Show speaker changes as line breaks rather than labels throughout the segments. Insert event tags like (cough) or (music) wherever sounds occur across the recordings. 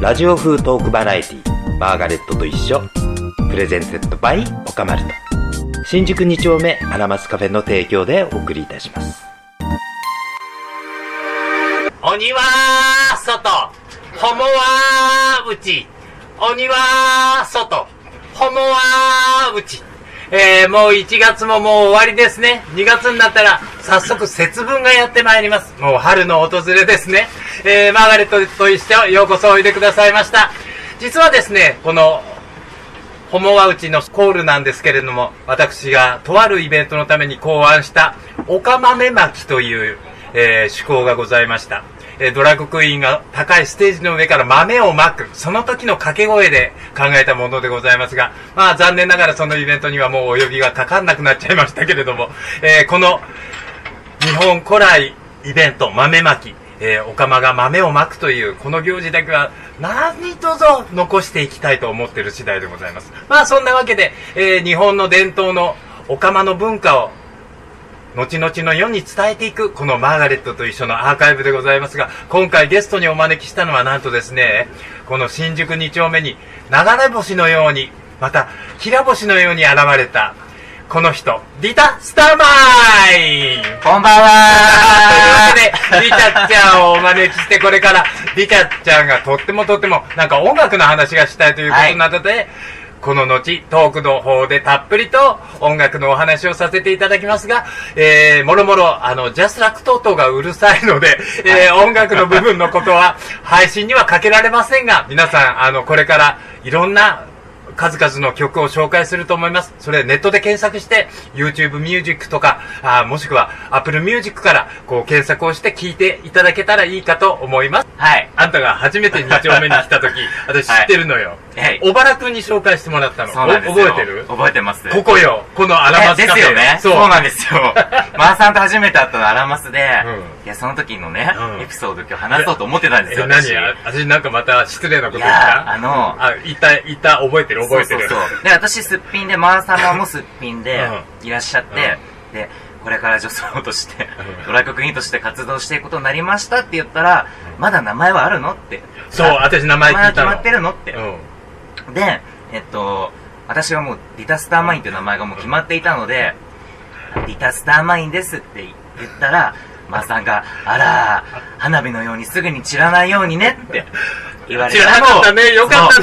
ラジオ風トークバラエティマーガレットと一緒プレゼンセットバイオカマルト新宿2丁目アナマスカフェの提供でお送りいたします
鬼は外、ホモは内、鬼は外、ホモは内。えー、もう1月ももう終わりですね。2月になったら、早速節分がやってまいります。もう春の訪れですね。えー、マーガレットと一緒、ようこそおいでくださいました。実はですね、この、ホモワウチのコールなんですけれども、私がとあるイベントのために考案した、オカマメ巻きという、えー趣向がございました。えードラッグクイーンが高いステージの上から豆をまく、その時の掛け声で考えたものでございますが、まあ残念ながらそのイベントにはもうお呼びがかかんなくなっちゃいましたけれども、えーこの日本古来イベント豆まき、えー、お釜が豆をまくというこの行事だけは何とぞ残していきたいと思っている次第でございますまあそんなわけで、えー日本の伝統のお釜の文化を後々の世に伝えていくこのマーガレットと一緒のアーカイブでございますが今回ゲストにお招きしたのはなんとですねこの新宿2丁目に流れ星のようにまたきら星のように現れたこの人リタ・スターマイン
こんばんは
というわけで、リタちゃんをお招きして、これから、リタちゃんがとってもとっても、なんか音楽の話がしたいということなので、この後、トークの方でたっぷりと音楽のお話をさせていただきますが、えー、もろもろ、あの、ジャスラック等々がうるさいので、えー、音楽の部分のことは、配信にはかけられませんが、皆さん、あの、これから、いろんな数々の曲を紹介すると思います。それネットで検索して、YouTube Music とか、あーもしくは Apple Music からこう検索をして聴いていただけたらいいかと思います。
はい。
あんたが初めて2丁目に来
(laughs)
た時、私知ってるのよ。
はい
小原くんに紹介してもらったの。
そうなんです
お
よ。
覚えてる
覚えてます。
ここよ。このアラマ
ね
ス
で
カ
す
フェ
よね。
そ
そうう。なんで
(laughs)
すよ。マーさんと初めて会ったのアラマスで、
う
いや、その時のね
うん、
エピソード今日話そうと思ってたんです
え、
よ。
何
私
や私なんかまた失礼なこと
い
言っ
や、あ
た
の、
あ、いた、いた、覚えてる、覚えてる。
そうそうそうで私すっぴんでマー様もすっぴんでいらっしゃって、でこれから女装として
うん
ドラッグクイーンとして活動していくことになりましたって言ったら、まだ名前はあるのって
そう、私名
名
前
前
聞
はい
た
決
の。
まってるのって、
うん。
でえっと私はもうリタスターマインっていう名前がもう決まっていたので、リタスターマインですって言ったらマーさんが「あらー花火のようにすぐに散らないようにね」って言われ
知
て
らなかったね、よかった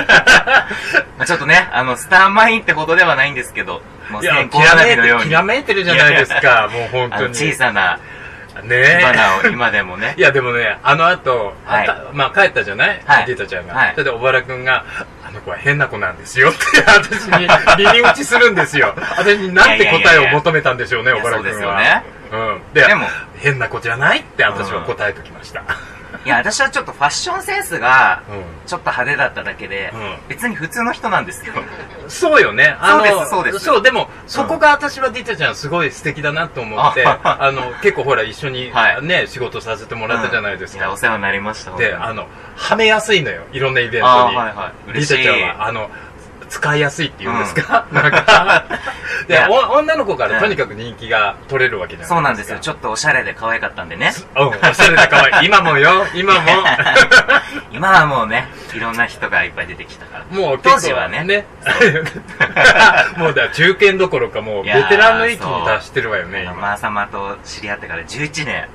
ね。
まあ、ちょっとね、あの、スターマインってほどではないんですけど、もう
いや、
線
き
香花
らめ
火のよ
いて、
う
き
に、
ら
あの、
めいてるじゃないですか、もう本当に。
小さな火
ね
花を今でもね
え。い、や、でもね、あの後、あんた
は
まあ帰ったじゃない
はい
ディータちゃんが。
はい
それで、小原くんが、あの子は変な子なんですよって、私に耳打ちするんですよ。私になんて答えを求めたんでしょうね、
い
小
やそ
原
う
く
で
ん
すよ
は。
ね。
うん。で
でも
変な子じゃないって私は答えときました。
いや、私はちょっとファッションセンスが、
うん。
ちょっと派手だっただけで、
うん
別に普通の人なんですよ。
そうよね。あの、
そうですそうです
そうでも、そこが私はディタちゃんすごい素敵だなと思って、
あ
あの、結構ほら一緒に
はい
ね、仕事させてもらったじゃないです
うんや、
か
お。世話になりました、
で、
本当に
あの、はめやすいのよ。いろんなイベン
あ
ト
ー
に。
はいはい。
リ
嬉し
タ
い。
ちゃんは、あの、使いやすいって言うんですか、なん
(laughs)
か。
い
で
や、
お女の子から
うん
とにかく人気が取れるわけじゃないですか。
そうなんですよ。ちょっとおしゃれで可愛かったんでね。
うん、おしゃれで可愛
(laughs)
い。今もよ、今も。
今はもうね、いろんな人がいっぱい出てきたから。
もう
当時はね
ね (laughs) もうだから中堅どころかもうベテランの域に達してるわよね、
あの
今。
マー様と知り合ってから11年。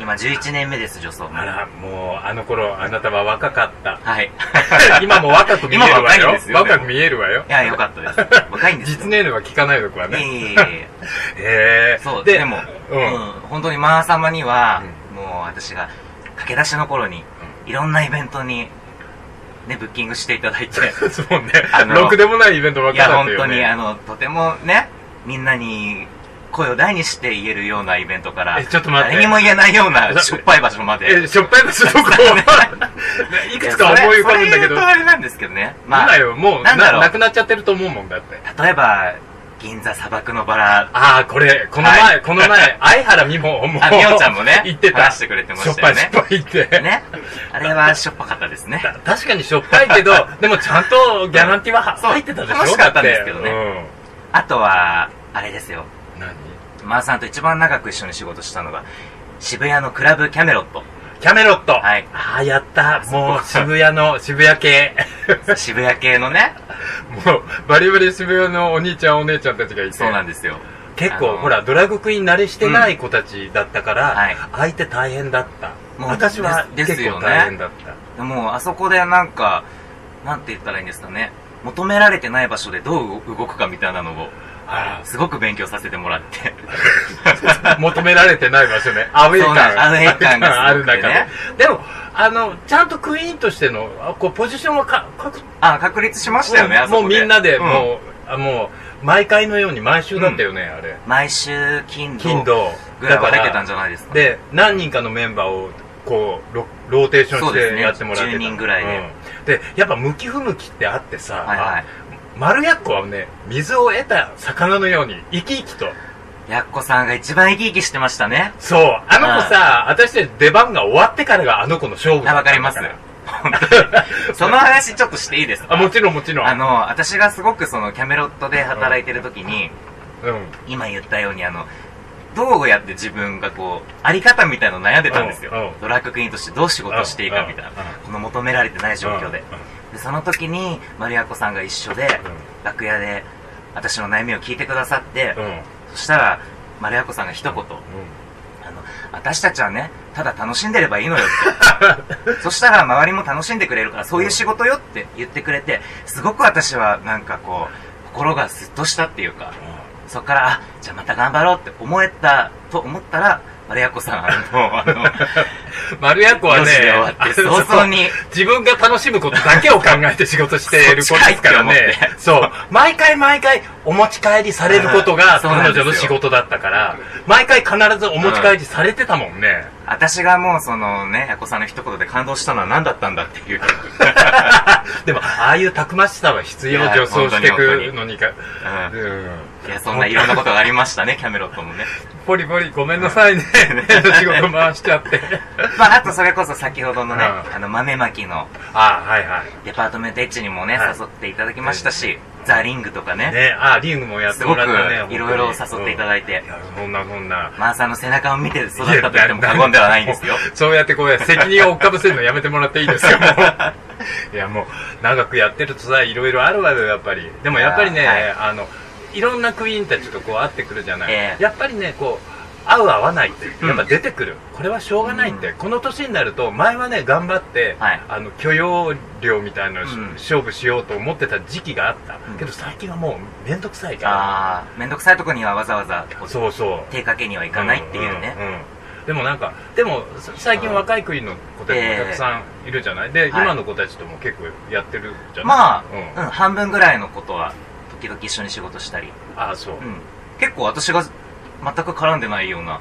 今11年目です、女装も。
あら、もう、あの頃、あなたは若かった。 (laughs)
はい。 (laughs)
今も若く見えるわ
今若いん
よ。
ですよ
若く見えるわよ
い。や、よかったです。若いんですよ。
実年齢は聞かないのくはい
え
ね。
いえいえ
へえ。
そう、でも、
う
うんん、本当にマー様には、もう私が、駆け出しの頃に、いろんなイベントに、ね、ブッキングしていただいて、
そうね
あ。の
ろくでもないイベントばっ
い
か
や、
だっ
本
た
当
よ
に、
ね。
あの、とてもね、みんなに、声を大にして言えるようなイベントから、
えちょっと待って
誰にも言えないような、しょっぱい場所まで。
え、しょっぱいのすどこ
(laughs)
いくつか思い浮かぶんだけど
いやそれそれ言うと。あれなんですけどね。ま
今
あ、
よ、もう、
なんだろ
な
う
なくなっちゃってると思うもんだって。
例えば、銀座砂漠のバ
(laughs)
ラ、
ああ、これ、この
は
前、
い
この前、相原美穂も。、
あ、みおちゃんもね
言ってた。
話してくれてましたよね。
しょっぱい、しょっぱいって。
ね。あれはしょっぱかったですね。
確かにしょっぱい (laughs) けど、でもちゃんとギャランティーは
そう
入ってたでしょ
楽しかったんですけどね
ね。
あとは、あれですよ。
うん。何 (laughs)
マーさんと一番長く一緒に仕事したのが、渋谷のクラブキャメロット。
キキャメロット。
はい
ああ、やった。もう渋谷 (laughs) の、渋谷系。
渋谷系のね、
もう、バリバリ渋谷のお兄ちゃんお姉ちゃんたちがいて。
そうなんですよ。
結
あ
構、
の
ほら、ドラッグクイーン慣れしてない子たちだったから、
はい
相手大変だった。
もう
私は
で
結
すですよ
構
ね
大変だった。
もうあそこでなんか、なんて言ったらいいんですかね、求められてない場所でどう動くかみたいなのを、
あ
すごく勉強させてもらって。 (laughs)
ら求められてない場 (laughs) 所ね。アウェー
そうなん
感。
アウェー感
(laughs)
が
あ
すご
る
くて
中
ね
で。でも、あの、ちゃんとクイーンとしての、あこう、ポジションはか、かく
あ、確立しましたよね、あそ
も
こ
うも
で。
うみんなで、
うん
もう、あもう、毎回のように毎週だったよね、あれ。
毎週金土
金土。
ぐらいは
だ
出
か
て
ら
たんじゃないですか。
で何人かのメンバーをこうロローテーション
そ
し
うです
て
ね
やってもらってた
10人ぐらいで
うんでやっぱ向き不向きってあってさ、
はいはい。
丸やっこはね水を得た魚のように生き生きと
やっこさんが一番生き生きしてましたね。
そうあの子さ、私たち出番が終わってからがあの子の勝負
あ、
だ
わ
った
かり
んだ
ます
ら。
本当
(laughs)
にその話ちょっとしていいですか
あもちろんもちろん
あの、私がすごくそのキャメロットで働いてる時に、
うん
今言ったようにあの、どうやって自分がこう、あり方みたいなの悩んでたんですよ
うんうん。
ドラッグクイーンとしてどう仕事していいかみたいな
うん。
この求められてない状況で。でその時に、丸やこさんが一緒で、楽屋で私の悩みを聞いてくださって
う、んうんうん
そしたら、丸やこさんが一言、あの、私たちはね、ただ楽しんでればいいのよ
(laughs)
って。そしたら周りも楽しんでくれるから、そういう仕事よって言ってくれて、すごく私はなんかこう、心がスッとしたっていうか、そっから、あ、じゃあまた頑張ろうって思えたと思ったら、丸やこさん、あの、あの、
丸やっ (laughs) こは
4
ね
時で終わって、早々に、
自分が楽しむことだけを考えて仕事している子ですからね
そっちかいって思。
そう。毎回毎回お持ち帰りされること
う
が
んそうなん
彼
ですよ
女の仕事だったから、毎回必ずお持ち帰りされてたもんね。
私がもうそのね、やこさんの一言で感動したのは何だったんだっていう。
でも、ああいうたくましさは必要、女装してくのにか。
う
うん
んいや、そんないろんなことがありましたね、キャメロットもね。
ポリポリ、ごめんな
(laughs)
さいね。仕事回しちゃって。
まあ、あとそれこそ先ほどのね、
うん
あの、豆まきの
ああ、はいは
デパートメントエッジにもね、
はい
誘っていただきましたし、ザ・リングとかね
い。ね、ああ、リングもやっ
す
て
ご
も
く
らったね。
いろいろ誘っていた
い
だいて、
て。いや、そんなそんな。
マーさんの背中を見て育ったと言っても過言ではないんですよ。
そうやってこうや責任を追っかぶせるのやめてもらっていいです
(laughs)
よ。もういやもう長くやってるとさ、いろいろあるわよ、やっぱり。でもやっぱりね、
いやはい
あの、いろんなクイーンたちとこう会ってくるじゃない。
ええ
やっぱりね、こう、合う合わないって、
うん
やっぱ出てくる。これはしょうがないって。
うん
この年になると、前はね、頑張って、
はい
あの、許容量みたいなのをし、
うん
勝負しようと思ってた時期があった。
うん
けど最近はもうめんどくさいから。
あー、めんどくさいとこにはわざわざ、こう
そうそう。
手かけにはいかないっていうね。
んんうんでもなんかでもさ最近若い国の子たちもたくさんいるじゃない、で、
はい
今の子たちとも結構やってるじゃない
ま
う
あ、
ん
うん、半分ぐらいのことは、時々一緒に仕事したり。
ああそう、
うん。結構私が全く絡んでないような、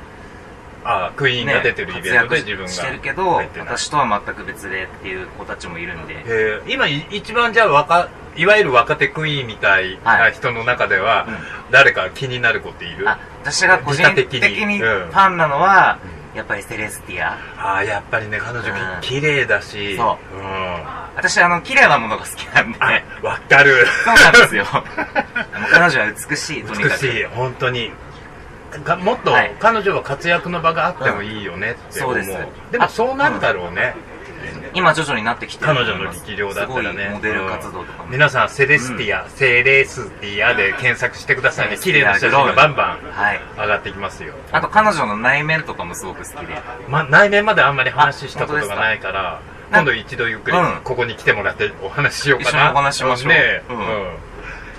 ああクイーンが出てるイベントで自分が
してるけど
入ってない、
私とは全く別でっていう子たちもいるんで。
へえ今い一番じゃあ若いわゆる若手クイーンみたいな人の中では、
うん
誰か気になる子っている
あ、私が個人的
自他的に
にフ
うん
ァンなのは、やっぱりセレスティア。
ああやっぱりね彼女
うん
き綺麗だし
そ
うん
私、あの、綺麗なものが好きなんで。
あわかる
そうなんです
(laughs)
よ。もう彼女は美しい、とに
美
か
し
く。
い本当にがもっと
はい
彼女は活躍の場があってもいいよねって思う,、
うんそうで
ですもそうなるだろうね
今、徐々になってきてる
彼
と思い
女の
ます
力量だったら
す
ね
ごいモデル活動とか
うん
も。
皆さんセレスティア、セレスティアで検索してくださいね綺麗な写真がバンバン
はい。
上がってきますよ、
あと、彼女の内面とかもすごく好きで。
ま、内面まであんまり話したこと
あ本当です
が
か
ないから
な
今度一度ゆっくり
うん
ここに来てもらってお話ししようかな
一緒にお話ししましょう
ね
うん
ん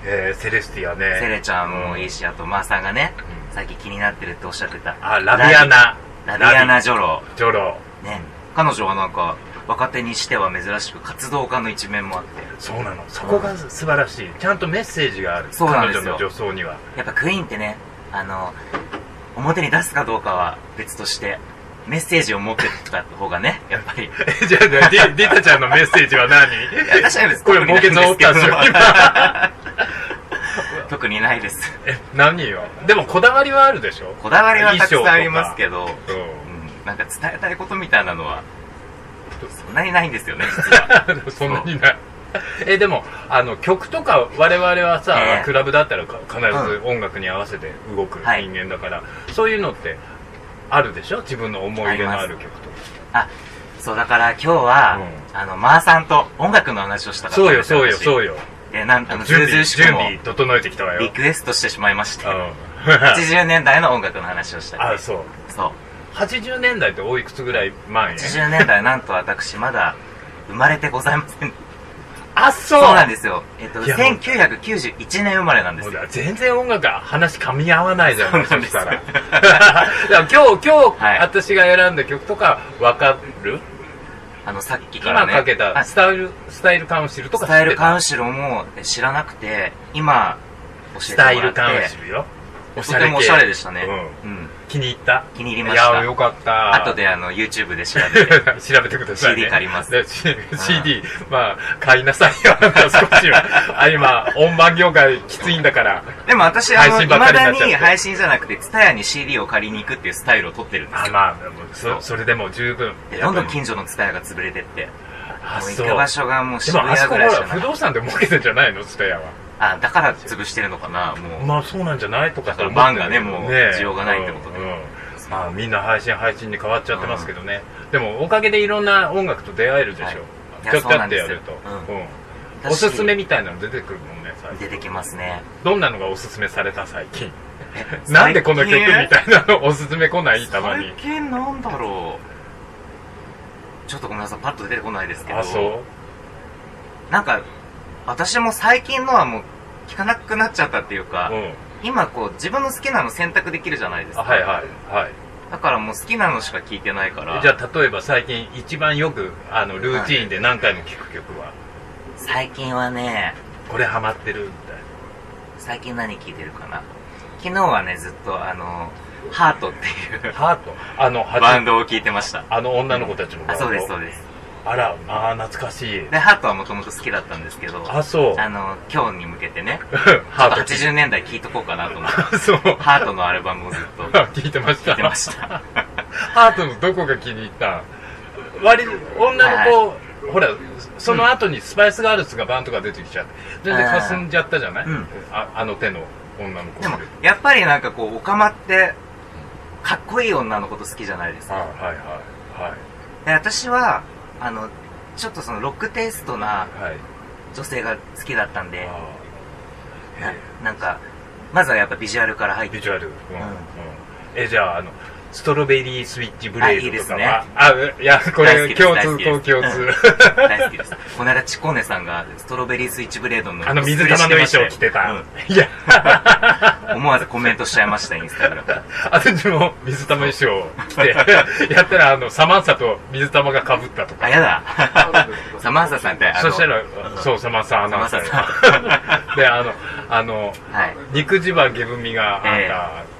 えーセレスティアね
セレちゃんもいいし、あと、マーさんがね
う、
最近気になってるっておっしゃってた。
あラビアナ
ラビ。ラビアナ・ジョロ。
ジョロ
ね。彼女はなんか、若手にしては珍しく活動家の一面もあって。
そうなのそこが素晴らしいちゃんとメッセージがある
そうなんですよ
彼女の女装には (laughs)
やっぱクイーンってね、あの、表に出すかどうかは別として、メッセージを持ってた方がね、やっぱり。いや
えじゃあじゃあリリタちゃんのメッセージは
(laughs)
何
私は別に
これ儲け直ったんですよ
特
(laughs)
に
今
特にないです。
え (laughs) 何よでもこだわりはあるでしょ
こだわりはたくさんありますけど、
う
うん、なんか伝えたいことみたいなのは、そんなにないんですよね、 (laughs) 実は。
ん (laughs) そんなにない (laughs) えでもあの曲とか我々はさ、
ええ
クラブだったらか必ず音楽に合わせて動く人
はい
間だから、そういうのってあるでしょ自分の思い入れのある曲とか
あ、そう、だから今日は、あの、マーさんと音楽の話をしたかったん
そう
で
よ、
すよ
そうよ、そう
よ。
よ。
で、なん、あの、ず
準
うず
備、
うしく
準
も、
備整えてきたわ
リ
よ。
クエストしてしまいまして
う、ん (laughs)
80年代の音楽の話をした
あ、
い。
そう。
そう。
80年代っておいくつぐらい前
80年代、なんと私まだ、生まれてございません。
あ、そ
そううなんですよ。えっと、
いやもう
1991年生まれなんです
もう
よ。
だ全然音楽は話噛み合わないじゃない
そうなん
で
ですす (laughs)
か。だから今日、今日、
はい
私が選んだ曲とかわかる
あの、さっきから
今
ね。
かけ
あ
たスタイル、スタイルカウンシルとか
ス
知っ
タイ
て
ル
た
カウンシルもえ知らなくて、今、教え
ス
ても
タ
ら
イル
って。
カウンシルよ。おし
と
ゃ
て
れ
もお
系
しゃれでしたね。
う
うん。
気に入った
気に入りました
いや、よかった。
後。であの、YouTube で調べて。
(laughs) 調べてください、ね。
CD 借ります
で C- CD、まあ、買いなさいよ、あなた少しは。あ、今、音盤業界きついんだから。
(laughs) でも私、あ
配
の、
信
未
ばっかりにな
だ
っちゃって
に配信じゃなくて、ツタヤに CD を借りに行くっていうスタイルを取ってるんです
あ、
よ。
まあ、もうそそれでも十分。
でどんどん近所のツタヤが潰れてって、も
あ、
う
そ
行
う。
く場所がもう
で
渋
もあそ
谷
こほ
ぐらいし
ら
かな
不
い。
動産で儲けてんじゃないの蔦屋は
あ、だから潰してるのかな、もう。
まあそうなんじゃないとかさ
だから
思ってたけど
バンがねもう
え
需要がないってことで
うんうんまあみんな配信配信に変わっちゃってますけどね、でもおかげでいろんな音楽と出会えるでしょ、
はいいや
ちょっと
そう
や
な
っ
ん
て
で
や
すよ
ると、
う
うん
私
おすすめみたいなの出てくるもんね最近
出てきますね。
どんなのがおすすめされた最近 (laughs) なんでこの曲みたいなのおすすめ来ないたまに
最近なんだろう。ちょっとごめんなさい、パッと出てこないですけど。
あそう
なんか、私も最近のはもう聞かなくなっちゃったっていうか、
うん
今こう自分の好きなの選択できるじゃないです
あ
か。
はいはいはい
だからもう好きなのしか聞いてないから、
じゃあ例えば最近一番よくあのルーティーンで何回も聴く曲は、
最近はね、
これハマってるみたいな
最近何聞いてるかな。昨日はね、ずっとあの、ハートっていう
ハートあの、はじ
バンドを聞いてました。
あの女の子たちのバ
あ、
ンド
そうです、そうです。
あら、ああ、懐かしい。
で、ハートはもともと好きだったんですけど、
あ、そう。
あの、今日に向けてね、
(laughs) ハート。
80年代聴いとこうかなと思って、
あそう。 (laughs)
ハートのアルバムをずっと聴
聞いてました。
いてました。
ハートのどこが気に入った割に、女の子、ほら、その後にスパイスガールズがバンとか出てきちゃって、全然霞んじゃったじゃない
うん
ああの手の女の子。
でも、やっぱりなんかこう、オカマって、かっこいい女のこと好きじゃないです
あ
か。
はいは。
で私は、あの、ちょっとそのロックテイストない
はい。はい。
女性が好きだったんで、
あ
ななんか、まずはやっぱビジュアルから入っ
ー (laughs)
て
ビ、ジュアル。うん。うん
ん
え、じゃあ、あの、ストロベリースイッチブレイドとかは、あ、いや、こ
大好
れ、
きです
共
大好
通、
きです
共共通。
大好きです。この間、チコネさんがストロベリースイッチブレード
(laughs)
の、
あの水玉の衣装着てた。
うん
いや、
思わずコメントしちゃいました、インスタグラム。
私も水玉衣装を着て、 (laughs) やったらあの、サマンサと水玉が被ったと
あ、
か。(laughs)
やだ。サマンサさんって、あ
そ
の、
したら、そう、サマンサア
サ
ナウ
マ
ン
ン
サ
サ
ー
さん。
が。 (laughs) で、あの、あの、
はい。
肉じばゲブミが
ええ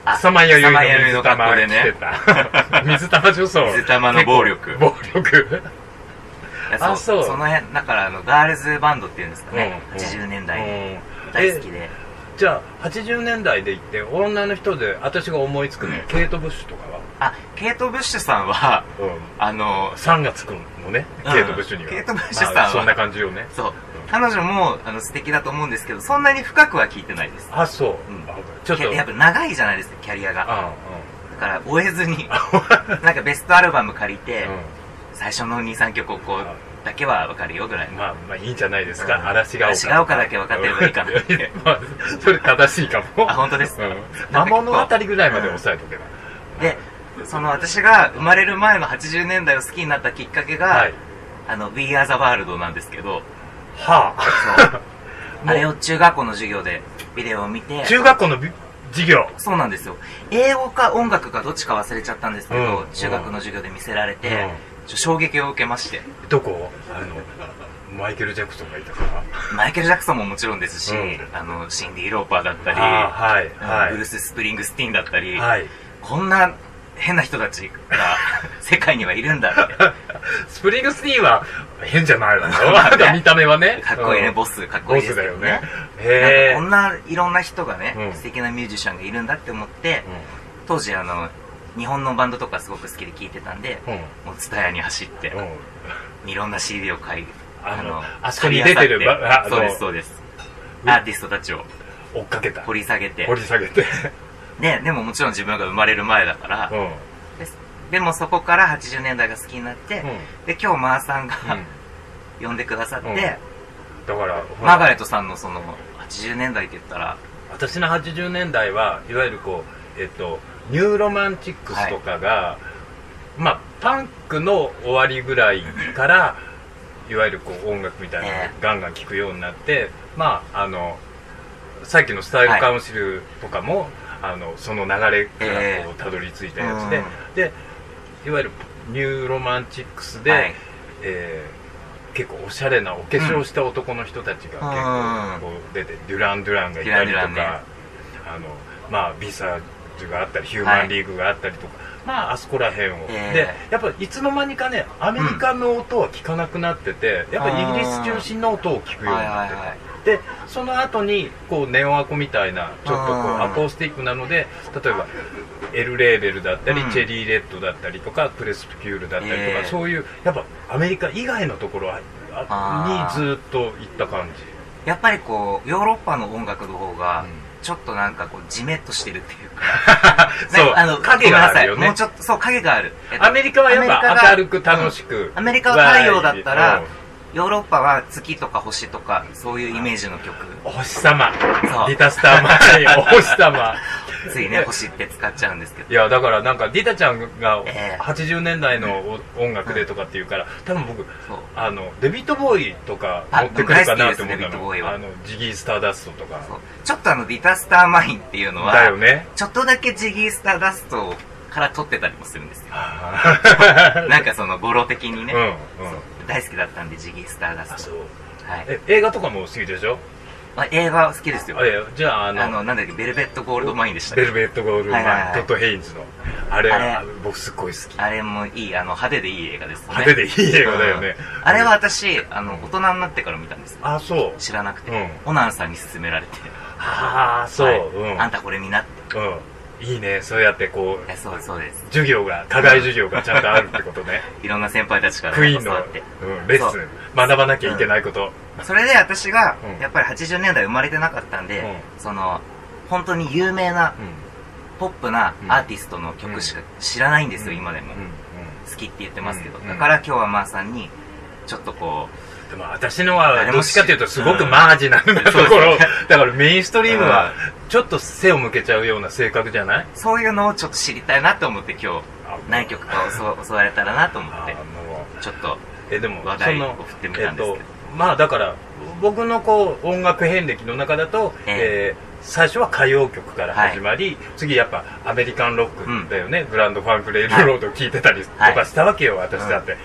あんた、
あ
さまよいの水
草間
玉
彌
着
生の
てた。 (laughs) 水玉女装。
(laughs) 水玉の暴力
(laughs) 暴力。
いや
あそう
その辺、だからあの、ガールズバンドっていうんですかね。
うん
80年
うん
代、大好き
え
で。
じゃあ、80年代で言って、女の人で、私が思いつくの、ケイト・ブッシュとかは、
あ、ケイト・ブッシュさんは、あの、
3月くんのね、
うん
ケイト・ブッシュには。
ケイトブッシュさんは
まあそんな感じよね。
そう。彼女も、あの、素敵だと思うんですけど、そんなに深くは聞いてないです。
あ、そう。
うん
あちょっと。
キャやっぱ長いじゃないですか、キャリアが。
あ
だから、終えずに、なんかベストアルバム借りて
うん、
最初の2、3曲をこう、だけはわかるよぐらい
うん
の。
まあ、まあいいんじゃないですか。
うん
嵐が丘。
嵐が丘だけ分かってればいいかなって
うん (laughs) まあ、それ正しいかも。
あ本当です
う
か
ん。魔物あたりぐらいまで抑えとけば。
で、その私が生まれる前の80年代を好きになったきっかけ
は
が
い、。
あの、We Are the World なんですけど、
はあ。 (laughs)
そう
もう
あれを中学校の授業でビデオを見て、
中学校のび授業。
そうなんですよ。英語か音楽かどっちか忘れちゃったんですけど、
うん
中学の授業で見せられて、
うん
ちょ衝撃を受けまして、
どこあの、マイケル・ジャクソンがいたから。
マイケル・ジャクソンももちろんですし、
うん
あの、シンディ・ローパーだったり、
あはい、
あのブルー
は
ス・スプリングスティーンだったり、
い。はい。
こんな変な人たちが (laughs) 世界にはいるんだっ
スプリングスティーンは変じゃないの
まあ (laughs) ね
見た目はね。
て、かっこいいね、
うん
ボス、かっ
ボ
こいいで
ス
す
だ
け
よ
ど
ね
ね。。
へえ。
なんかこんないろんな人がね、
うん
素敵なミュージシャンがいるんだって思って、
う
当時あの、日本のバンドとかすごく好きで聴いてたんで、もうツタヤに走って、
ん。うん。
いろんな CD を買い、
あのあそこに出てる
借り漁って
ばああの
そうです、そうです。
うん
アーティストたちを
追っかけた。
掘り下げて
掘。り下げて。
(laughs) ね、でももちろん自分が生まれる前だから、
うん。
ででもそこから80年代が好きになって、で今日マーさんが、呼んでくださって、
うんだからほ
マー
ら
ガレットさんのその80年代って言ったら
私の80年代はいわゆるこうえっとニューロマンチックスとかが、まあパンクの終わりぐらいからいわゆるこう音楽みたいなの
え
をガンガン聴くようになって、まああのさっきのスタイルカウンシルとかも、あのその流れからこうたどり着いたやつで、でいわゆるニューロマンチックスで、
はい
えー結構おしゃれなお化粧した男の人たちが結構こう出て、デュラン・ドゥランがいたりとか、
デュランデュランね
あのまあ、ビサージュがあったりヒューマンリーグがあったりとか、まああそこら辺を、
えー
でやっぱいつの間にかねアメリカの音は聞かなくなってて、やっぱイギリス中心の音を聞くようになってて、
はいはいはい
でその後にこうネオアコみたいなちょっとこう
うん
アコースティックなので例えば L レーベルだったり、
うん
チェリーレッドだったりとかプレスピュールだったりとか、
ええ
そういうやっぱアメリカ以外のところはあ
あー
にずっと行った感じ、
やっぱりこうヨーロッパの音楽の方が
うん
ちょっとなんかこうジメッとしてるっていうか
(laughs) そう
なんかの
影があるよ
ごめんな
ね
さいもうちょっとそう影がある、えっと
アメリカはやっ
アメリ
ぱ
カが
明るく楽しく、
アメリカは太陽だった
う
ら
ん
ヨーロッパは月とか星とかそういうイメージの曲
お星様
そう
リタスターマー
(laughs)
お星様
ついね星って使っちゃうんですけど
いやだからなんかディタちゃんが
ええ
80年代のお音楽でとかって言うから多分僕
そう
あのデビットボーイとか
あ
持ってくるかな
で
と
も
思った
大好きですデビッドボ
の
ーイは
あのジギー・スターダストとか
そうちょっとあのディタスターマインっていうのは
だよね
ちょっとだけジギースターダストから撮ってたりもするんですよ
う
なんかその語呂的にね、
ん (laughs) うん
大好きだったんでジギースターダ
あ
ス
そ
ト
う
はい、
え映画とかも好きでしょ
まあ、映画は好きですよ
あいやじゃああ
あ
の
のなんだっけベルベットゴールドマインでしたっ
ベ
け
ルベット・ゴールドマン、
はいはいはい
トッド・ヘインズのあれ
あれ
僕すっごい好き
あれもいいあの派手でいい映画ですよね
派手でいい映画だよね
うんあれは私あの大人になってから見たんですよ
あそう
知らなくて、
う
オナンさんに勧められて
ああそう、
はい
うん
あんたこれ見なって
うんいいねそうやってこう
いやそうそうです
授業が課外授業がちゃんとあるってこと
(laughs)
ね
いろんな先輩たちから
クイーン
教
の
わって、
うんレッス
そ
ン
う
学ばなきゃいけないこと、
それで私が、
うん
やっぱり80年代生まれてなかったんで、
う
その本当に有名なポップなアーティストの曲しか知らないんですよ、今でも、
うんうん
好きって言ってますけど、
うん
だから今日はまーさんにちょっとこ
でも私のは
誰
ど
も
っ
知
ちかというとすごくマージナルなところ、だからメインストリームはちょっと背を向けちゃうような性格じゃないう
そういうのをちょっと知りたいなと思って今日何曲か教教われたらなと思
あ
って
の
ちょっと
えでも
話
そ
題
の
を振ってみたんですけど、
まあだから僕のこう音楽遍歴の中だと、え
え
ー最初は歌謡曲から始まり、次やっぱアメリカンロックだよね、グランドファンクレールロード聴いてたりと
はい
かしたわけよ、私だって、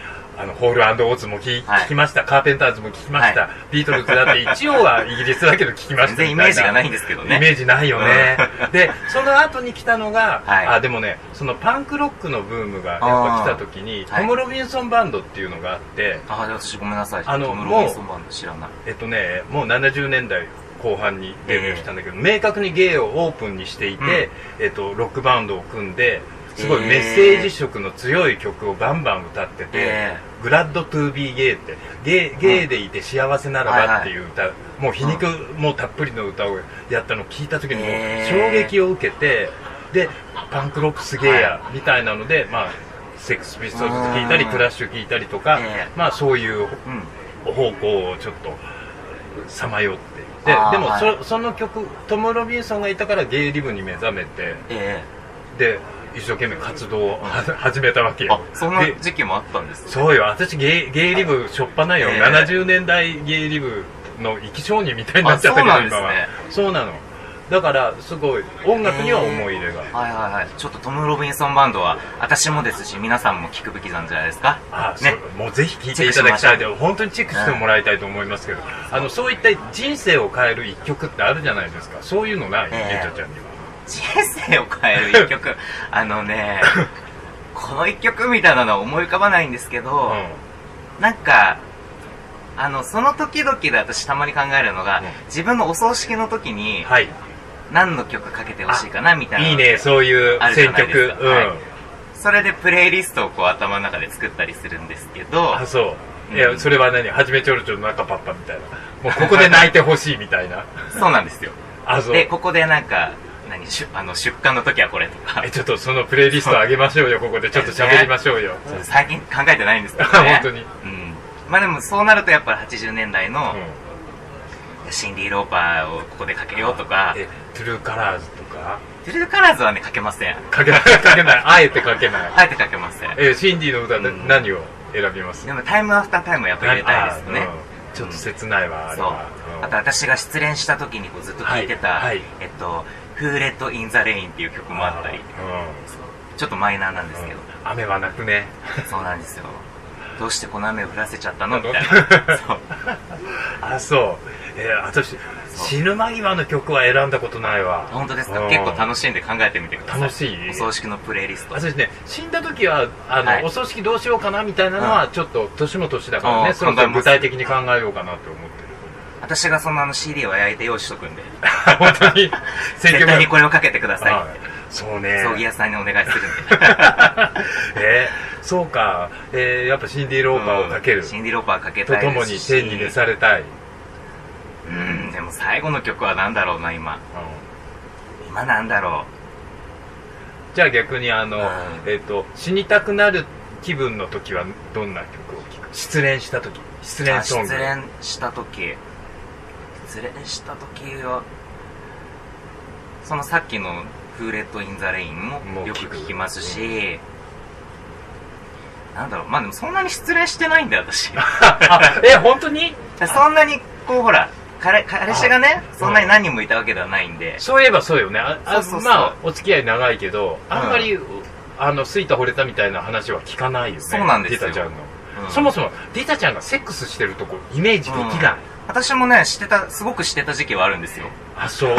あのホールオーツも聴き,、
はい
きましたカーペンターズも聴きました、
はい
ビートルズだって一応はイギリスだけど聴きました
全
みたいな
然イメージがないんですけどね
イメージないよ
(laughs)
ね、でその後に来たのが、
はい
あでもねそのパンクロックのブームがやっぱ来た時に
あーはい
トム・ロビンソンバンドっていうのがあって
ああ私ごめんなさい
あの
トム・ロビンソンバンド知らない
えっとねもう70年代後半にデビューしたんだけど、明確に芸をオープンにしていて、えっと、ロックバンドを組んですごい
えー
メッセージ色の強い曲をバンバン歌ってて「
え
グラッド・トゥー・ビー・ゲイ」ってゲイ「ゲイでいて幸せなら
はい
ば」
はい
っていう歌、もう皮肉もうたっぷりの歌をやったのを聞いた時にもう
え
衝
ー
撃を受けてでパンクロックすげえやみたいなので、まあ、セックス・ピストルズ聴いたり
うん
クラッシュ聴いたりとか、
え
まあ、そういう
うん
方向をちょっとさまよってで
あー
でもそ,、
は
その曲トム・ロビンソンがいたからゲイリブに目覚めて
え
で一生懸命活動をは始めたわけ
え
よ
あそんな
で
時期もあったんです
そうよ私ゲイゲイリブしょっぱないよ、
ええ
70年代ゲイリブの生き証人みたいになっちゃったけど
あそうなんで
今
すね
はそうなのだからすごい音楽には思い入れが、
はいはいはいちょっとトム・ロビンソンバンドは私もですし皆さんも聞くべきなんじゃないですか
あ
ね
そうもうぜひ聞いていただきたい
チェックしまし
で本当にチェックしてもらいたいと思いますけど、あのそういった人生を変える一曲ってあるじゃないですかそういうのない、
ええ
ゆうちゃんには
人生を変える一 (laughs) 曲あのねこの一曲みたいなのは思い浮かばないんですけど、なんかあのその時々で私たまに考えるのが、
うん
自分のお葬式の時
う
に
ん、はい
何の曲かけてほしいかなみたいない
いねそういう
あるじ
選
ゃないで
曲
すか
うん、
はいそれでプレイリストをこう頭の中で作ったりするんですけど
あそううんいやそれは何はじめちょろちょろの中パッパみたいなもうここで泣いてほしいみたいな
そうなんですよ
あそう
でここでなんか何しゅあの出荷の時はこれとか
えちょっとそのプレイリスト上げましょうよここでちょっと喋りましょうよ、
そう最近考えてないんですけどね
本当に、
うん、まあでもそうなるとやっぱり80年代の
うん
シンディ・ローパーをここでかけようとか
えトゥルーカラーズとか
トゥルーカラーズはねかけません
かけないかけないあえてかけない
あえてかけません
えシンディの歌で
うん
何を選びます
でもタイムアフタータイムはやっぱり入れたいですよね
あうんちょっと切ないわあれ
そう
はうん
あと私が失恋した時にこうずっと聴いてた、
はいはい
えっと「フーレット・イン・ザ・レイン」っていう曲もあったり
う
ちょっとマイナーなんです
ん
けど、
雨はなくね (laughs)
そうなんですよどうしてこの雨を降らせちゃったのみたいなそう
あそうえー私死ぬ間際の曲は選んだことないわ
本当です
う
か
ん
結構楽しんで考えてみてください
楽しい
お葬式のプレイリスト
私ね死んだ時はあの、
はい
お葬式どうしようかなみたいなのは、ちょっと年も年だから
あ
ね
ー
その
考え
時
ます
具体的に考えようかなって思ってる
私がそのあの CD を焼いて用意しとくんで
本当
(laughs)
に
絶対に
こ
これをかけてくださいって
そうね
葬儀屋さんにお願いするんで
えーそうか、えーやっぱシンディ・ローパーをかける、
うんシ
と
ンディ・ローパーかけたい
とも
で
に
すし
天に召されたい、
うんでも最後の曲は何だろうな今今なんだろ
じゃあ逆にあの、
うん
えっと死にたくなる気分の時はどんな曲を聴く失恋した時失
う
恋
あ
ソン
失
グ
恋した時失恋した時はそのさっきの「フーレット・イン・ザ・レイン」
も
も
う
よく
聞く
聞きますし、なんだろうまあでもそんなに失恋してないんだよ私
あえ本当に
そんなにこうほら彼彼氏がねそんなに何人もいたわけではないんで、
そういえばそうよねああ
そうそうそう
まあお付き合い長いけどあんまり、
う
あのスイタ惚れたみたいな話は聞かないよね
そうなんですよ
ディタちゃんの、
うん
そもそもディタちゃんがセックスしてるとこイメージできない、
私もねしてたすごくしてた時期はあるんですよ
あそう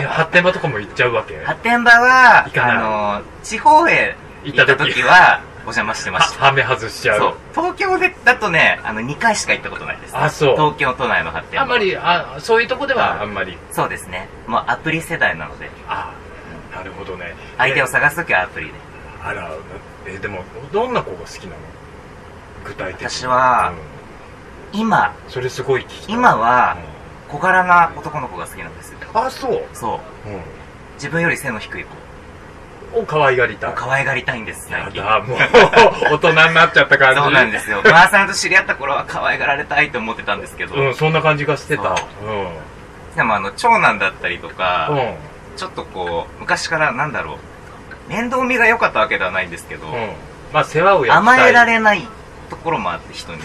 え発展場とかも行っちゃうわけ
発展場は
行かない
あの地方へ行った時はお邪魔してました
はめ外しちゃ
そうう東京でだとねあの2回しか行ったことないです
あそう
東京都内の発展場
あんまりあそういうとこでは
うん
あんまり
そうですねもうアプリ世代なので
あなるほどね
相手を
え
探す時はアプリで
あらえでもどんな子が好きなの具体的に
私は今
うんそれすごい聞きたい
今は
う
小柄な男の子が好きなんですよ
んあそう、
そう自分より背の低い子
うん、を可愛がりたい
を可愛がりたいんです
や
最近
だもう大人になっちゃった感じ
そうなんですよ (laughs) マーさんと知り合った頃は可愛がられたいと思ってたんですけど、
うんそんな感じがしてた
そう
うんうん
でもあの長男だったりとか、ちょっとこう昔からなんだろう面倒見が良かったわけではないんですけど、
うんまあ世話をや
甘えら
る
れないところもあって人に
うん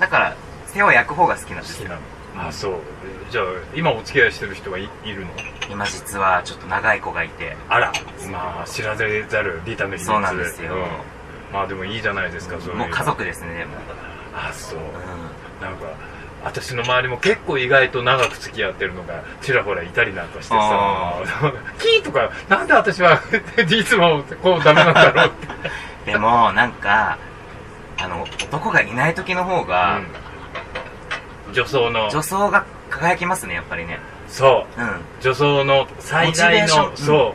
だから世話焼く方が好きなんで
好
す
き
よ
なのあそうじゃあ今お付き合いしてる人はいいるの
今実はちょっと長い子がいて
あらまあ知られざるリタの秘密
そうなんですよ
んまあでもいいじゃないですかそういう
もう家族ですねでも、
あそう
う
なんか私の周りも結構意外と長く付き合ってるのがちらほらいたりなんかしてさ
あ
「 (laughs) キー」とか「なんで私は (laughs) いつもこうダメなんだろう」って、
ん、でもなんかあの男がいない時の方が、
うん女装の
女装が輝きますねやっぱりね
そう
うん
女装の最大の、
モチベーション
そう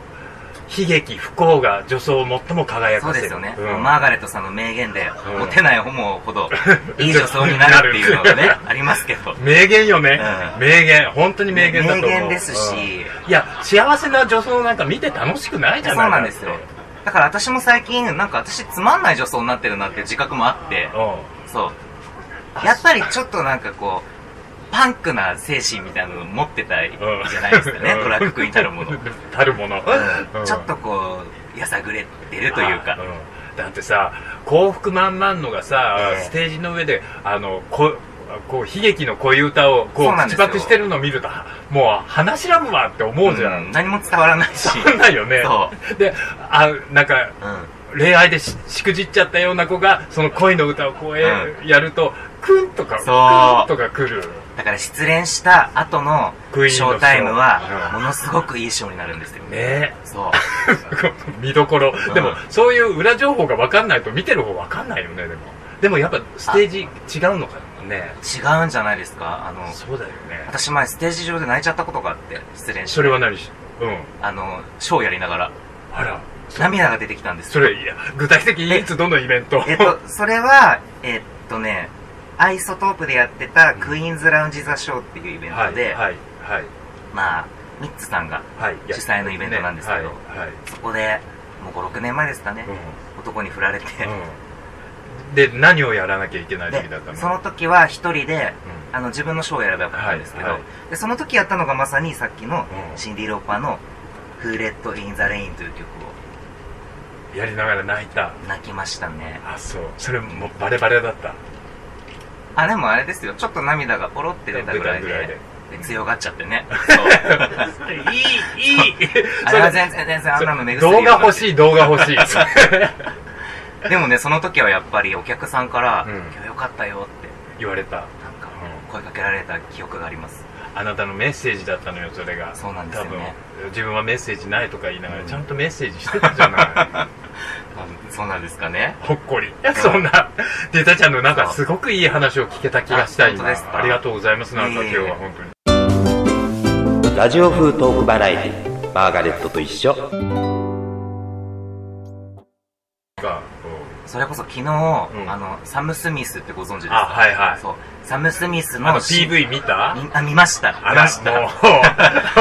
悲劇不幸が女装を最も輝
そう
かせ
で
る
すよね、
うん
マーガレットさんの名言で、
うん
モテないホモ
(laughs)
ほどいい女装になるっていうのがねありますけど
名言よね、
うん
名言本当に名言だと思う
名言ですし、
うんいや幸せな女装なんか見て楽しくないじゃ
そう
ない
なんですよだから私も最近なんか私つまんない女装になってるなっていう自覚もあって
う
そうやっぱりちょっとなんかこうパンクな精神みたいなの持ってたい
んうん
じゃないですかね、
うん
ドラッグクイーンたるもの、うん
たるもの、うん
ちょっとこうやさぐれてるというか
あんだってさ幸福満々のがさ、
ええ
ステージの上であのここう悲劇の恋歌をこ
そううなん
口
ですよ
パクしてるの見るともう話しらむわって思うじゃ、
うんん何も伝わらないし
そんなんよ (laughs) ね
そ
であなんか
う、うん
恋愛でししくじっちゃったような子がその恋の歌をこうや,、るとクンとか
そう
クンとか来る
だから失恋した後の
クイーンのシ
シ
ョー
ョータイム
う
は
ん
ものすごくいいショーになるんですよ
ね
そう
(laughs) 見どころ、
ん
でもそういう裏情報が分かんないと見てる方分かんないよねでもでもやっぱステージ違うのかね
違うんじゃないですかあの
そうだよね
私前ステージ上で泣いちゃったことがあって失恋して
それは何しうん
あのショーやりながら
あら
涙が出てきたんです
それいや具体的にいつどのイベント
えっとそれはえっとねアイソトープでやってたクイーンズ・ラウンジ・ザ・ショーっていうイベント
は
で、
いはいはい
まあミッツさんが
はい
主催のイベントなんですけど
ねはいはい
そこでもう56年前ですかね、男に振られて、
うんで何をやらなきゃいけない
で
時だったの
その時は一人で
う
あの自分のショーをやればよかったんですけど、
はいはい
でその時やったのがまさにさっきの
うん
シンディ・ローパーの「フーレット・イン・ザ・レイン」という曲を
んやりながら泣いた
泣きましたね
あそうそれもうバレバレだった
あでもあれですよちょっと涙がポロって出たぐらいで
出たぐらいで
で強がっちゃっ
(laughs)
てね
いい、いい。
あれは全然全然あんなの目薬
動画欲
い
しい動画
(laughs)
欲しい
でもねその時はやっぱりお客さんから「
うん
今日よかったよ」って
言われた
なんか声かけられた記憶があります
あなたのメッセージだったのよそれが
そうなんですよね
多分自分はメッセージないとか言いながら、
うん
ちゃんとメッセージしてたじゃない
あそうなんですかね (laughs)
ほっこりいやそんなデータちゃんのなんかすごくいい話を聞けた気がした
あ
今
本当ですか
ありがとうございますなんか
いえ
今
いえ
日は本当に
ラジオ風トークバラエティマーガレットと一緒
が
それこそ昨日、
ん
あのサム・スミスってご存知です
あ
か
はいはい
そうサム・スミス
あ
の
の PV 見た
みあ見ました
あ
見
ら
ま
も
した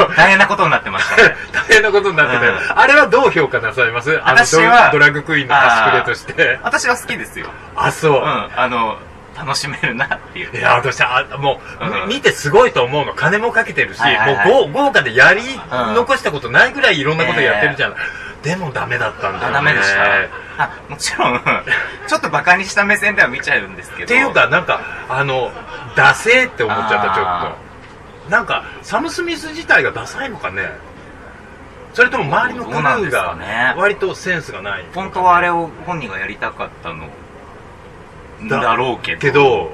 う
大変なことになってましたね
(laughs) 大変なことになってたよ、
う
あれはどう評価なさいますあの
私は
ドラドラッグクイーンの端くれとして
(laughs) 私は好きですよ
あそう、
うんあの楽しめるなっていう
いや私あもう、
うん
み見てすごいと思うの金もかけてるし、
はいはいはい
もう豪豪華でやり、
ん
残したことないぐらいいろんなことやってるじゃん、でもダメだったんだよ、
あ
ね、
ダメでした
っ
あもち (laughs) ろんちょっとバカにした目線では見ちゃうんですけど
ていうかなんかあのダセーって思っちゃったちょ
あ
っとなんかサム・スミス自体がダサいのかねそれとも周りのクル
どうなんで
ー
すかね
が割とセンスがない
本当はあれを本人がやりたかったの
だ
だろうけど
けど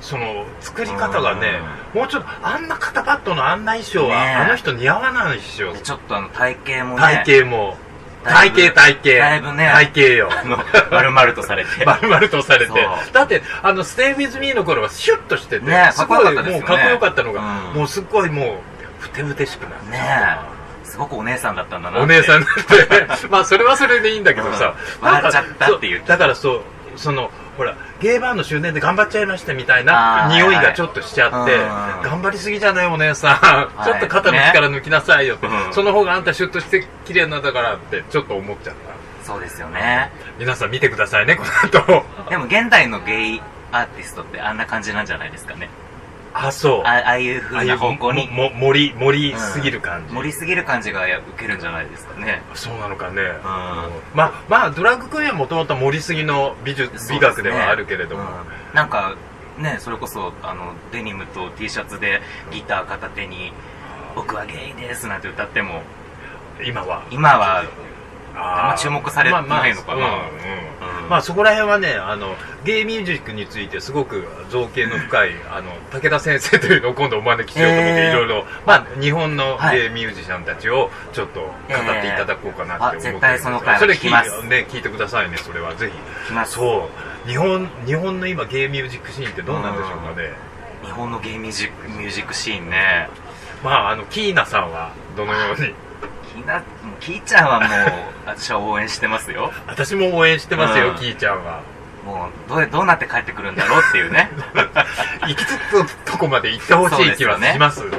その作り方がねもうちょっとあんな肩パッドのあんな衣装は、
ねえ
あの人似合わないでしょ
でちょっとあの体型もね
体型も
だ
体
いぶ
型体型
だいぶね
体型
(laughs)
よ
型丸々とされ (laughs) て
丸々とされて
そう
だってあの「ステイ・ウィズ・ミー」の頃はシュッとしてて、
ね
すごい
かっこよかったで
もう
すよね
かっこよかったのが、
うん
もうすっごいもうふてぶてしくなっ
(laughs)
て
ねえすごくお姉さんだったんだなって
お姉さんだってまあそれはそれでいいんだけどさ、
うん笑っちゃったっていう
そだからそうそのほらゲイバーの周年で頑張っちゃいましたみたいな
あー
匂いがちょっとしちゃって、
はいはいうん
頑張りすぎじゃないお姉さん、
はい
ちょっと肩の力抜きなさいよって、
ねうん
その方があんたシュッとして綺麗なんだからってちょっと思っちゃった
そうですよね
皆さん見てくださいねこの後
でも現代のゲイアーティストってあんな感じなんじゃないですかね
(laughs) あそう
あああいうふ
あ
うな方向に
もも盛り盛りすぎる感じ、
盛りすぎる感じがや受けるんじゃないですかね
そうなのかね、
ん
まあまあドラッグクイーンはもともと盛りすぎの美術美学ではあるけれども、
そうですねうんなんかねそれこそあのデニムと T シャツでギター片手に「僕はゲイです」なんて歌っても
今は
今は
あ
まあ注目されてないのかな
まあまあうん
うん
まあそこら辺はねあのゲイミュージックについてすごく造形の深いあの武田先生というのを今度お招きしようと思って、
えー
いろいろまあ日本の
はい
ゲイミュージシャンたちをちょっと語っていただこうかなって思ってるんです
えーあ絶対その回は聞きます
それ聞いてね聞いてくださいねそれはぜ
来
ひ
ます
そう日本日本の今ゲイミュージックシーンってどうなんでしょうかね
日本のゲイミュージックミュージックシーンね
まああのキーナさんはどのように
きなもうキイちゃんはもう私は応援してますよ
私も応援してますよ、
うん
キーちゃんは
もうどうどうなって帰ってくるんだろうっていう
(laughs)
ね
行きつつとこまで行ってほしい気はしますもう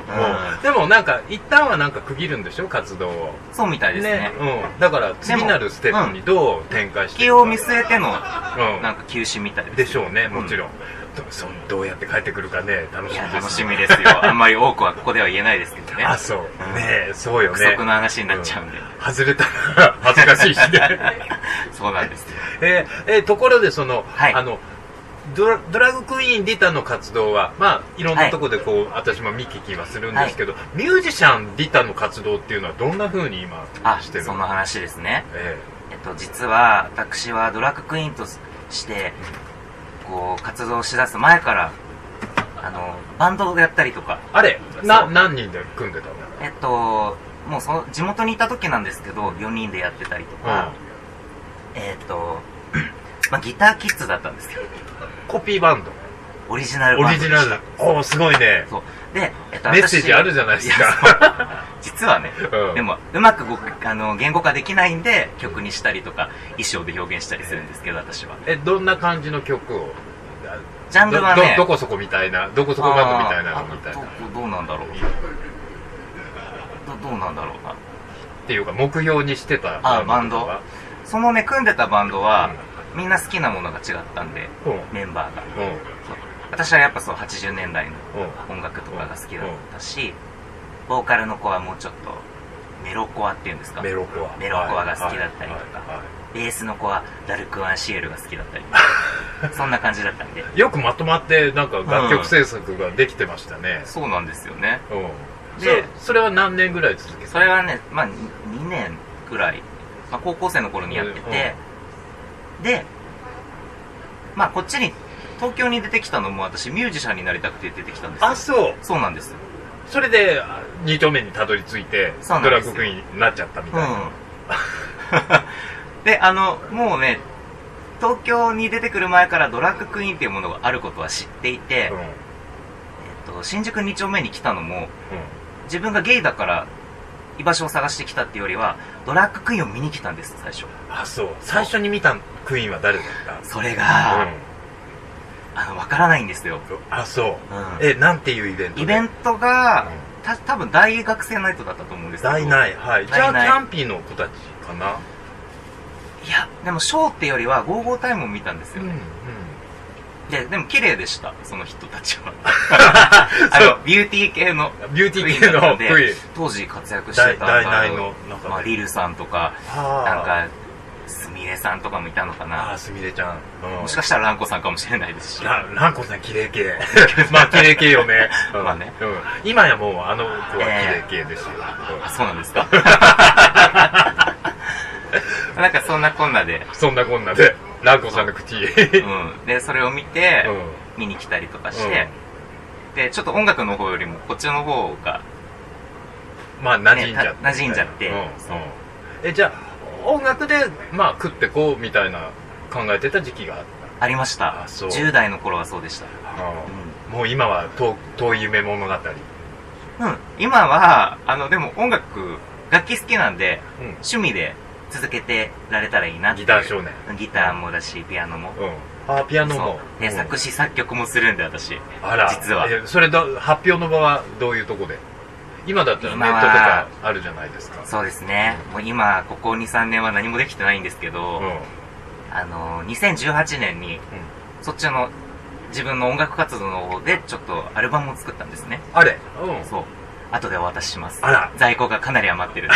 うん
でもなんか一旦はなんか区切るんでしょ活動を
そうみたいですね
うん、だから次なるステップにどう展開してい
気
くか
を見据えての
うん
なんか休止みたいです
でしょうねもちろん、どそんどうやって帰ってくるかね楽
い
し
や
みです
楽しみですよあんまり多くはここでは言えないですけどね
あそうねえそうよね
不足の話になっちゃうんで、
外れたら恥ずかしいしね
そうなんですよ
えーえーところでその、
はい
あのドラドラッグクイーンリタの活動は、まあ、いろんなとこでこう、私も見聞きはするんですけど、ミュージシャンリタの活動っていうのはどんな風に今
あ
してる
その話ですね
え
えっと実は私はドラッグクイーンとしてこう活動しだす前からあのバンドをやったりとか
えあれな
そう
何人で組んでたの
えっともうその地元にいた時なんですけど4人でやってたりとか、えっとまあギターキッズだったんですけど
コピーバンド
オリジナル
オ
バン
リ
ドで
ジ
した
ナルおおすごいね
そうで、えっと
メッセージ
私
あるじゃないです
や
か
実はね、
うん
でもうまくごあの言語化できないんで曲にしたりとか衣装で表現したりするんですけど私は
えどんな感じの曲を
ジャン
ど
ルはね
どどこそこみたいなどこそこバンドみたいなのみたいな
あーあどどうなんだろうどどうなんだろうな
っていうか目標にしてた
あ
バンドとか
そのね組んでたバンドは、みんな好きなものが違ったんで、
うん
メンバーが
うん
そう私はやっぱそう80年代の
うん
音楽とかが好きだったし、ボーカルの子はもうちょっとメロコアっていうんですか
メロコア
メロコアが好きだっ
はいは
たりとか
いはいは
ベースの子はダルク・アンシエルが好きだったり
(laughs)
そんな感じだったんで
いよくまとまってなんか楽曲制作ができてましたね、
そうなんですよね
うん
で
そそれは何年ぐらい続けた
それはね、まあ、2年くらい、まあ、高校生の頃にやってて、で、まあ、こっちに東京に出てきたのも私ミュージシャンになりたくて出てきたんですよ
あそう
そうなんですよ
それであ二丁目にたどり着いて
そう
ド
なん
ラ
で
ッ
す
グ
よ
クイーンになっちゃったみ
う
たいな、
んであのもうね東京に出てくる前からドラッグクイーンっていうものがあることは知っていて、
うん
えっと、新宿2丁目に来たのも自分がゲイだから居場所を探してきたっていうよりはドラッグクイーンを見に来たんです最初
あそう最初に見たクイーンは誰だっ
それ
た
が、あのわからないんですよ
うんあそう
うん
えなんていうイベントで
イベント
う
が
ん、
た多分大学生ナイトだったと思うんですけど。
大内はいじゃあキ
大内
ャンピーの子たちかない
や、でもショーってよりは、ゴーゴータイムを見たんですよ
うんう
ね。
ん
で、でも綺麗でした、その人たち
(laughs)
は。あの、ビューティー系の。
ビューティー系のクイーン
当時活躍して
大
た
大
あ
内の中で、
まあ、リルさんとか、な
あ
んか、すみれさんとかもいたの
ー
か
あ
な
ー。すみれちゃん、うん、
もしかしたらランコさんかもしれないですし。
ラランコさん綺麗系 (laughs) まあ綺麗系よね、うん
(laughs) まあね
うん、今やもうあの子は綺麗系ですよ、
あ、そうなんです
(laughs)
か。なんかそんなこんなで、
うんそんなこんなでランコさんの口うん
うん。で、それを見て、見に来たりとかして、でちょっと音楽の方よりもこっちの方が
まあ馴染んじゃって、
ねた馴染んじゃって
うんうん、えじゃあ音楽でまあ食ってこうみたいな考えてた時期があっ
ありました
あそう
10代の頃はそうでした
た、
う
もう今は遠遠い夢物語、うん、
ん、うん、今はあのでも音楽楽器好きなんで趣味で続けてられたらいいなって
ギ
いう
ター少年、
ギターもだしピアノも
うん、あーピアノも
そうで
うん
作詞作曲もするんで私
あら
実は
えそれど発表の場はどういうとこで今だったらネ
今
ッ
は
トとかあるじゃないですか
そうですねもう今ここ23年は何もできてないんですけど、
うん
あの2018年に、そっちの自分の音楽活動の方でちょっとアルバムを作ったんですね
あれ、うん、
そう後でお渡しします
あら
在庫がかなり余っ
(laughs)
てるんで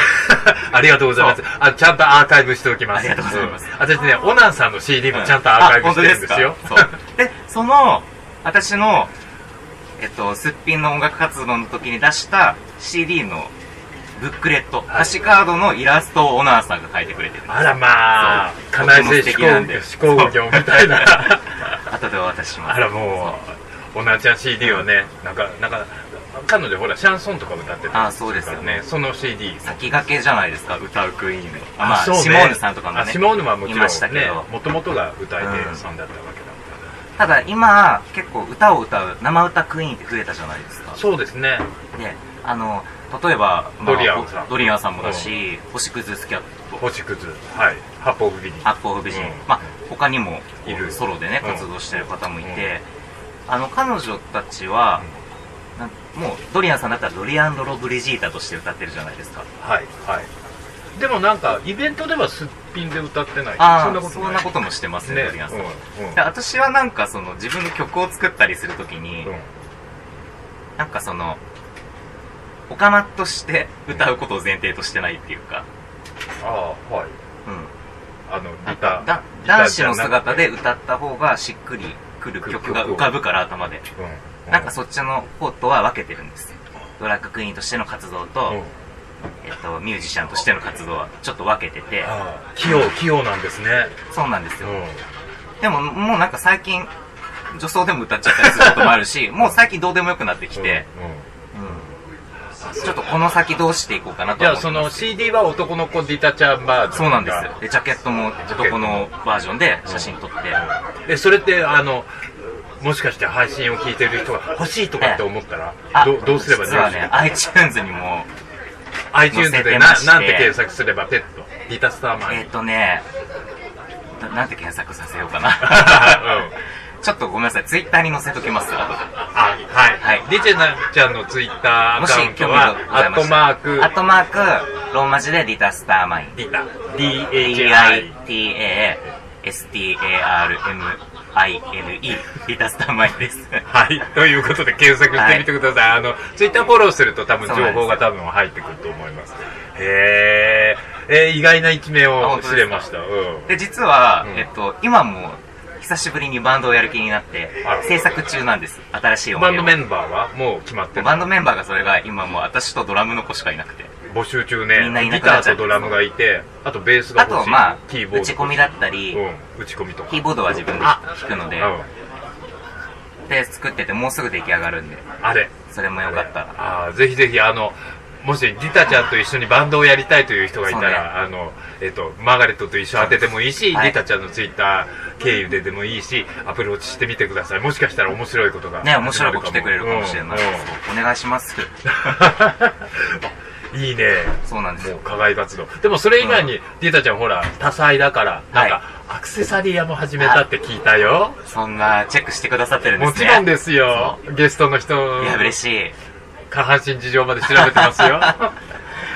ありがとうございます
そ
あちゃんとアーカイブしておきます
ありがとうございます
ん私ねオナンさんの CD もちゃんとアーカイブしてるんですよ
あ、本当ですかそうでその私のえっとすっぴんの音楽活動の時に出した CD のブックレット、
はい
歌詞カードのイラストをオナーさんが描いてくれてる
あらまあ
そ
家
う
内性
とても素敵なんで
思考思考業みたいな
後でお渡しします
あらもうオナンちゃん CD はねなんかなんか彼女ほらシャンソンとか歌ってた
あそうですよね
その CD
う先駆けじゃないですか歌うクイーンのあまあ
そうね
シモーヌさんとかも
あ
ね
シモーヌはもち
いました
ろん
け
ね
ど
もともとが歌い手
うん
さんだったわけだから
ただ今結構歌を歌う生歌クイーンって増えたじゃないですか
そうですね
であの例えば、
ドリアンさん
ドリアンさんもだし、星屑スキャット
星屑はい八方ビリ
アップオフ美人、
うん
まあ他にも
いる
ソロでね
うん
活動してる方もいて、あの彼女たちは、なんもうドリアンさんだったらドリアンドロブリジータとして歌ってるじゃないですか
はいはいでもなんかイベントではすっぴんで歌ってない
ああ
そ
そ
ん
ん
な
な
こと
こともしてますね
ね
ドリアンさん、
うんうん
で私はなんかその自分の曲を作ったりするときに、
うん
なんかそのオカマとして歌うことを前提としてないっていうか、
ああはい
うん、
あの
なん
ギタ
か
ー
だ
ギター
男
じ
子
ゃな
の
くて
姿で歌った方がしっくりくる曲が浮かぶから頭で
うんう
なんかそっちの方とは分けてるんですよドラッグクイーンとしての活動と,、
うん
えっとミュージシャンとしての活動はちょっと分けてて
ああ器用器用なんですね
そうなんです
う
よ、
ん
でももうなんか最近女装でも歌っちゃったりすることもあるしもう最近どうでもよくなってきて、
うんうん
うんちょっとこの先どうしていこうかなと
じゃ
は
あそ
思ってま
の
す
CD は男の子ディタちゃんバージョン
そうなんです
が
よでジャケットも男のバージョンで写真撮って、
えそれってあのもしかして配信を聞いてる人が欲しいとかって思ったら、
あ
どどうすれば
実はね iTunes にも
iTunes
載せ
で
て
な
まして
なんて検索すればペットリタスターマン
えっ、
に、 (laughs)
とねななんて検索させようかな
う
ちょっとごめんなさい、ツイッターに載せときます。は
あ、はい。
はい
リチェナちゃんのツイッターア
もし
カウント
興味
は
が、
アット
ございましたら
マーク、
アットマーク、ローマ字でリタスターマイン。
リタ、DHI。
D-I-T-A-S-T-A-R-M-I-N-E。リタスターマインです。
はい。ということで検索してみてください。あの、ツイッターフォローすると多分情報が多分入ってくると思います。へーえー、意外な一面
あ
を
本当です
知
か
れました。うん。
で、実は、
うん
えっと、今も、久しぶりにバンドをやる気になって
あら、
制作中なんです。新しい音
バンド
源
メ
を。
ンバーはもう決まってる
バンドメンバーがそれが今もう私とドラムの子しかいなくて。
募集中ね
みんないな
ギ
くな
タ
っちゃ
ー
う
とドラムがいてあとベースが
あ
欲し
と、
い
まあ、
キーボード
打ち込みだったり、
うん打ち込みとか
キーボードは自分で弾くので、で、作っててもうすぐ出来上がるんで、
うんあれ
それもよかったら。
ああーぜひぜひあのもしリタちゃんと一緒にバンドをやりたいという人がいたら、
そうね
あのえっとマーガレットと一緒に当ててもいいし、
はい
リタちゃんのツイッター経由ででもいいしアプローチしてみてくださいもしかしたら面白いことが
ね、面白い子来てくれるかもしれない。
うん
お願いします。
(laughs) うんいいね
そうなんです
もう
よ。
課外活動でもそれ以外に、リタちゃんほら多彩だからなんか、
は
アクセサリー屋も始めたって聞いたよ
そんなチェックしてくださってるんで
も
す
ち
ね。
ろんですよゲストの人
いや、嬉しい。
下半身事情まで調べてます
(laughs)
よ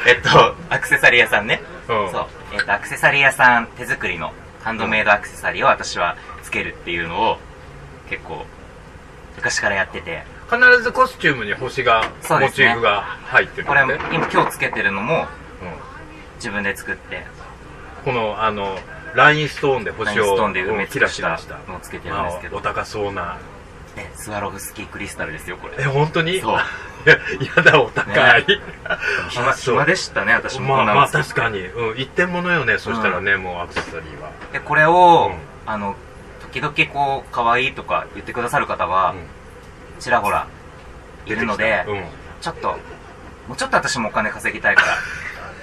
えっと、アクセサリー屋さんね。
うん
そう。えっと、アクセサリー屋さん手作りのハンドメイドアクセサリーを私はつけるっていうのを結構昔からやってて、
必ずコスチュームに星が、
そう
モ
です
チ
ね
ーフが入ってる
これ
ので、
今今日つけてるのも
うん
自分で作って、
このあのラインストーンで
ライ
星
ンス
を
トーンで埋め
キ
尽
ラ
く
キ
し
ラ
た
した
のをつけてるんですけ
まあ
ど
お、高そうな
ね、スワロフスキークリスタルですよ、これ。
え本当に (laughs)
そう
やだお高 (laughs) い、
ね暇
あそう
暇でしたね、私
ま
もこ
あ
んな
まあ
の作って
確かに、うん、一点物よねそしたらね、もうアクセサリーは
でこれを、
うん
あの時々こう可愛いとか言ってくださる方が、
う
ちらほらい
ん
るので、
うん
ちょっともうちょっと私もお金稼ぎたいから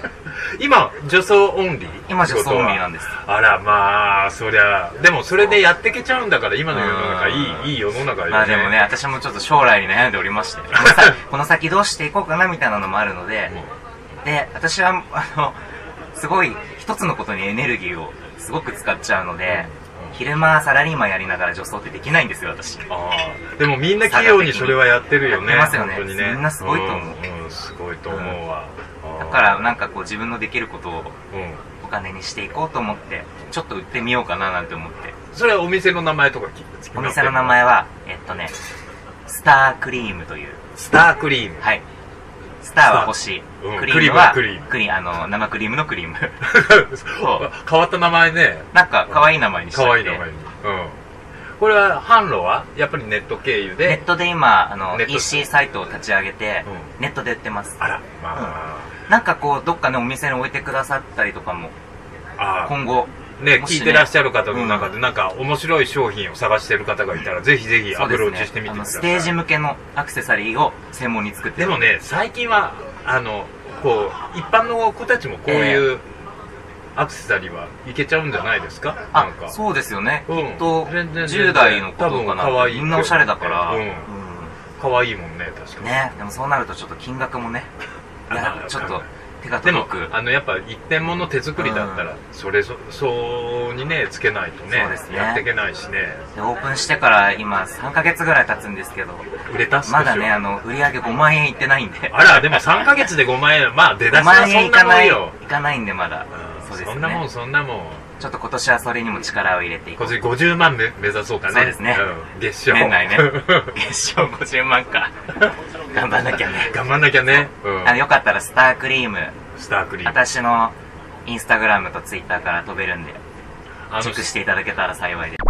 今女装オンリー
今女装オンリーなん
で
です
あらまあそりゃでもそれでやってけちゃうんだから今の世の中
う
い
ん
いいい世の中よね
まあでもね私もちょっと将来に悩んでおり
(laughs)
ましてこの先この先どうしていこうかなみたいなのもあるので、で私はあのすごい一つのことにエネルギーをすごく使っちゃうので、
うん
昼間サラリーマンやりながら女装ってできないんですよ私
ああでもみんな器用にそれはやってるよね
やってますよね
本当にね
みんなすごいと思う
うん、うんすごいと思うわ、ああ
だからなんかこう自分のできることを
うん
お金にしていこうと思ってちょっと売ってみようかななんて思って
それはお店の名前とか聞いて
お店の名前はえっとねスタークリームという
スターク
(laughs)
リーム
はいスターは星、
うん
クリームは
クリームはクリーム
あの生クリームのクリーム (laughs) う
変わった名前ね
なんか可愛い名前にしちゃ
可
っ
愛
て
い名前にうんこれは販路はやっぱりネット経由で
ネットで今あの
ネット
EC サイトを立ち上げて、
う
ネットで売ってます
あらま
なんかこうどっかねお店に置いてくださったりとかも
あ、ああ
今後
ね、
もしね
聞いてらっしゃる方の中
う
で、なんか面白い商品を探してる方がいたら、ぜひぜひアプローチしてみて
あ
くだ
の
さ
ス
い。
テージ向けのアクセサリーを専門に作って
で
る
もね、最近は、あの、こう、一般の子たちもこういうアクセサリーはいけちゃうんじゃないですかな
あ
ん、か。
そうですよね。
う
き
ん
っと、
全然全然
10代の子と
多
か
分可
な
愛い
んて
けど
みんなおしゃれだから、
うん
う
可愛いもんね、確かに。
んね、でもそうなるとちょっと金額もね、い
(laughs)
や
あ、
ちょっと手が
でも
届く。、
あの、やっぱ一点物手作りだったら、それそ、そうにね、つけないとね
そうです、ね
やっていけないしね。
でオープンしてから今3ヶ月ぐらい経つんですけど、
売れたっす
まだね、あの、売り上げ5万円いってないんで、
あら、でも3ヶ月で5万円、まあ出だ
5
しは
万
そ
円い
んな
か
も
なんい、い
よ。
かないんでまだ。そうです
そ
よ
んなもん
ね。
そんなもん
ちょっと今年はそれにも力を入れてい
(laughs)
こ
今
う。
年50万目目指そうかね
そうですね
ん月賞。
年内ね月賞50万か。頑張んなきゃね。
(laughs) 頑張んなきゃね、うん
あの、よかったらスタークリーム、
スタークリーム
私のインスタグラムとツイッターから飛べるんで、
あ
チェックしていただけたら幸いです。